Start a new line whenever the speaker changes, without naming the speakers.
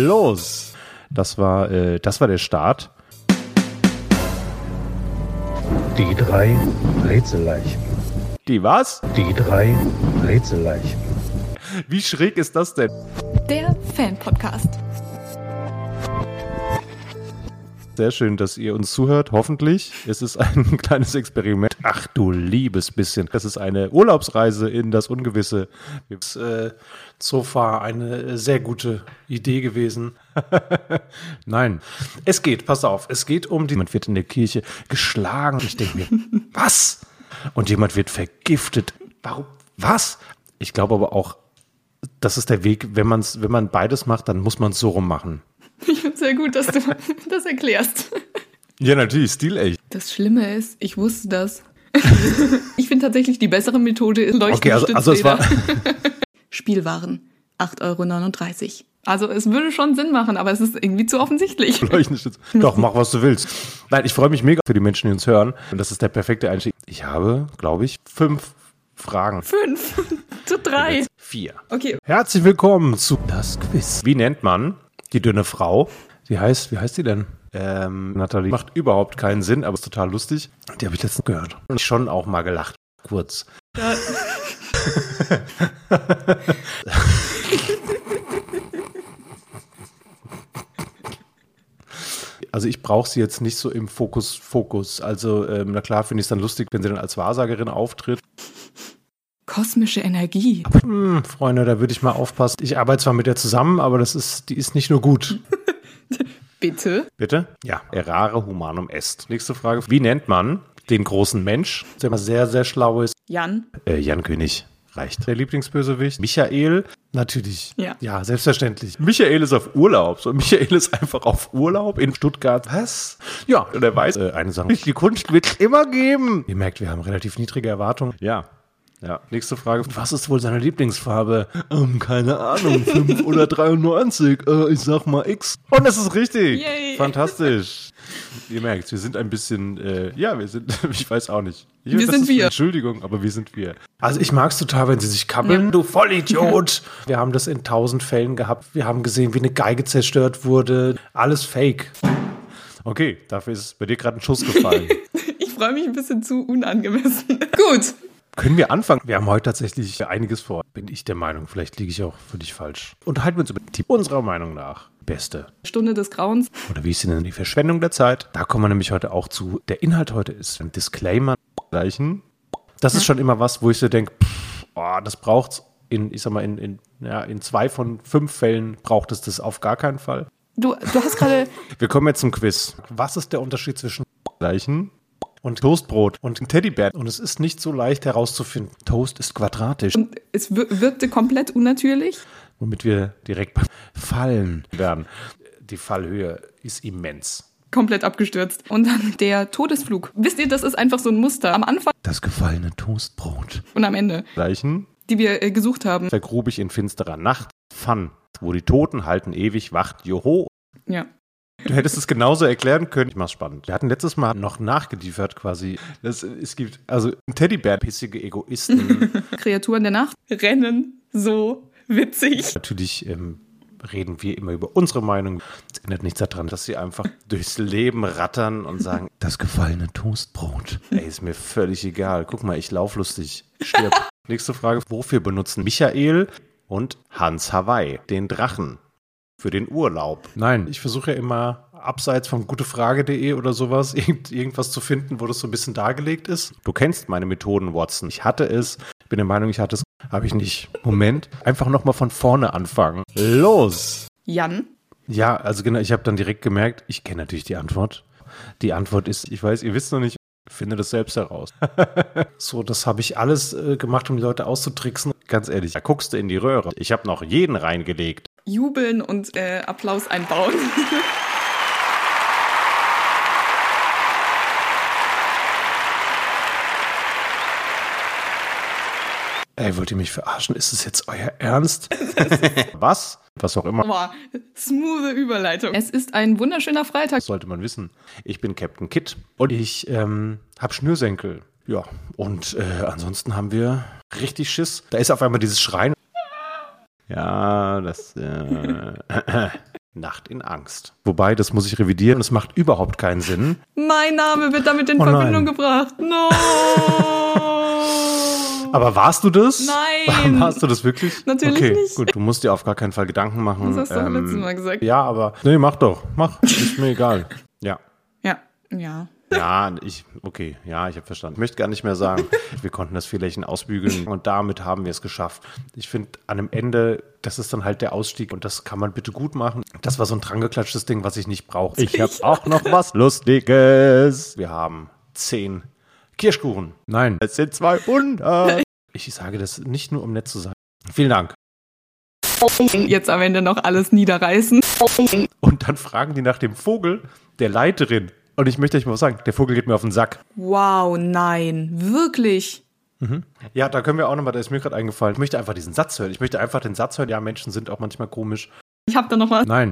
los. Das war, äh, das war der Start.
Die drei Rätselleichen.
Die was?
Die drei Rätselleichen.
Wie schräg ist das denn?
Der Fan-Podcast.
Sehr schön, dass ihr uns zuhört, hoffentlich. Es ist ein kleines Experiment. Ach du liebes bisschen. Das ist eine Urlaubsreise in das Ungewisse. Wir-
ist äh, so far eine äh, sehr gute Idee gewesen.
Nein,
Es geht, pass auf, es geht um die.
jemand wird in der Kirche geschlagen. Ich denke mir, was? Und jemand wird vergiftet. Warum? Was? Ich glaube aber auch, das ist der Weg, wenn, man's, wenn man beides macht, dann muss man es so rum machen.
Ich finde sehr gut, dass du das erklärst.
Ja, natürlich, stilecht.
Das Schlimme ist, ich wusste das. ich finde tatsächlich die bessere Methode ist leuchten
Okay, also, also es war.
Spielwaren, 8,39 Euro. Also es würde schon Sinn machen, aber es ist irgendwie zu offensichtlich.
Leuchtenschütz. Doch, mach, was du willst. Nein, ich freue mich mega für die Menschen, die uns hören. Und das ist der perfekte Einstieg. Ich habe, glaube ich, fünf Fragen.
Fünf zu drei.
Vier.
Okay,
Herzlich willkommen zu Das Quiz. Wie nennt man die dünne Frau? Die heißt, wie heißt die denn? Ähm, Nathalie. Macht überhaupt keinen Sinn, aber ist total lustig. Die habe ich letztens gehört. Und ich schon auch mal gelacht. Kurz. Also ich brauche sie jetzt nicht so im Fokus, Fokus. Also, ähm, na klar, finde ich es dann lustig, wenn sie dann als Wahrsagerin auftritt.
kosmische Energie.
Hm, Freunde, da würde ich mal aufpassen. Ich arbeite zwar mit der zusammen, aber das ist, die ist nicht nur gut.
Bitte?
Bitte? Ja. Errare humanum est. Nächste Frage. Wie nennt man den großen Mensch, der immer sehr, sehr schlau ist?
Jan?
Äh, Jan König. Reicht. Der Lieblingsbösewicht. Michael. Natürlich.
Ja.
Ja, selbstverständlich. Michael ist auf Urlaub. So, Michael ist einfach auf Urlaub in Stuttgart. Was? Ja, und er weiß, äh, eine Sache. Die Kunst wird immer geben. Ihr merkt, wir haben relativ niedrige Erwartungen. Ja. Ja. Nächste Frage. Was ist wohl seine Lieblingsfarbe? Ähm, keine Ahnung. 5 oder 93. Äh, ich sag mal X. Und es ist richtig.
Yay.
Fantastisch. Ihr merkt, wir sind ein bisschen, äh, ja, wir sind, ich weiß auch nicht. Ich,
Wir
das
sind
ist-
wir.
Entschuldigung, aber wir sind wir.
Also ich mag es total, wenn sie sich kabbeln. Du Vollidiot! Wir haben das in tausend Fällen gehabt. Wir haben gesehen, wie eine Geige zerstört wurde. Alles Fake.
Okay, dafür ist bei dir gerade ein Schuss gefallen.
Ich freue mich ein bisschen zu unangemessen. Gut.
Können wir anfangen? Wir haben heute tatsächlich einiges vor. Bin ich der Meinung, vielleicht liege ich auch für dich falsch. Unterhalten wir uns über die unserer Meinung nach beste.
Stunde des Grauens.
Oder wie ist denn die Verschwendung der Zeit? Da kommen wir nämlich heute auch zu. Der Inhalt heute ist ein Disclaimer. Gleichen. Das ist schon immer was, wo ich so denke, pff, oh, das braucht's in, ich sag mal, in, in, ja, in zwei von fünf Fällen braucht es das auf gar keinen Fall.
Du, du hast gerade
Wir kommen jetzt zum Quiz. Was ist der Unterschied zwischen Leichen und Toastbrot und Teddybär?
Und es ist nicht so leicht herauszufinden.
Toast ist quadratisch,
Und es wir- wirkte komplett unnatürlich.
womit wir direkt beim Fallen werden. Die Fallhöhe ist immens.
Komplett abgestürzt. Und dann der Todesflug. Wisst ihr, das ist einfach so ein Muster. Am Anfang
Das gefallene Toastbrot.
und am Ende,
Leichen
die wir äh, gesucht haben.
vergrub ich in finsterer Nacht. Fun. Wo die Toten halten ewig wacht. Joho.
Ja.
Du hättest es genauso erklären können. Ich mach's spannend. Wir hatten letztes Mal noch nachgeliefert quasi. Das, es gibt also Teddybär, pissige Egoisten.
Kreaturen der Nacht. Rennen. So witzig.
Natürlich ähm, reden wir immer über unsere Meinung. Es ändert nichts daran, dass sie einfach durchs Leben rattern und sagen, das gefallene Toastbrot. Ey, ist mir völlig egal. Guck mal, ich lauf lustig. Stirb. Nächste Frage. Wofür benutzen Michael und Hans Hawaii den Drachen? Für den Urlaub.
Nein. Ich versuche ja immer abseits von gutefrage.de oder sowas irgend, irgendwas zu finden, wo das so ein bisschen dargelegt ist.
Du kennst meine Methoden, Watson. Ich hatte es. Bin der Meinung, ich hatte es. Habe ich nicht. Moment. Einfach nochmal von vorne anfangen. Los!
Jan.
Ja, also genau, ich habe dann direkt gemerkt, ich kenne natürlich die Antwort. Die Antwort ist, ich weiß, ihr wisst noch nicht, finde das selbst heraus.
So, das habe ich alles äh, gemacht, um die Leute auszutricksen.
Ganz ehrlich, da guckst du in die Röhre. Ich habe noch jeden reingelegt.
Jubeln und äh, Applaus einbauen.
Ey, wollt ihr mich verarschen? Ist es jetzt euer Ernst?
Was? Was auch immer,
Boah, smooth Überleitung. Es ist ein wunderschöner Freitag.
sollte man wissen. Ich bin Captain Kidd und ich ähm, habe Schnürsenkel.
Ja,
Und äh, ansonsten haben wir richtig Schiss. Da ist auf einmal dieses Schreien. Ja, das. Äh, Nacht in Angst. Wobei, das muss ich revidieren, das macht überhaupt keinen Sinn.
Mein Name wird damit in
Oh nein.
Verbindung gebracht. No!
Aber warst du das?
Nein.
Warst du das wirklich?
Natürlich
okay,
nicht.
Gut, du musst dir auf gar keinen Fall Gedanken machen. Ähm,
Das hast du doch letztes Mal gesagt.
Ja, aber. Nee, mach doch. Mach. Ist mir egal. Ja.
Ja, ja.
Ja, ich, okay, ja, ich habe verstanden. Ich möchte gar nicht mehr sagen, wir konnten das Fehlerchen ausbügeln und damit haben wir es geschafft. Ich finde, an dem Ende, das ist dann halt der Ausstieg und das kann man bitte gut machen. Das war so ein drangeklatschtes Ding, was ich nicht brauche. Ich habe auch noch was Lustiges. Wir haben zehn Kirschkuchen. Nein, es sind 200. Ich sage das nicht nur, um nett zu sein. Vielen Dank.
Jetzt am Ende noch alles niederreißen.
Und dann fragen die nach dem Vogel der Leiterin. Und ich möchte euch mal was sagen, der Vogel geht mir auf den Sack.
Wow, nein. Wirklich.
Ja, da können wir auch nochmal, da ist mir gerade eingefallen. Ich möchte einfach diesen Satz hören. Ich möchte einfach den Satz hören, ja, Menschen sind auch manchmal komisch.
Ich hab da noch was.
Nein.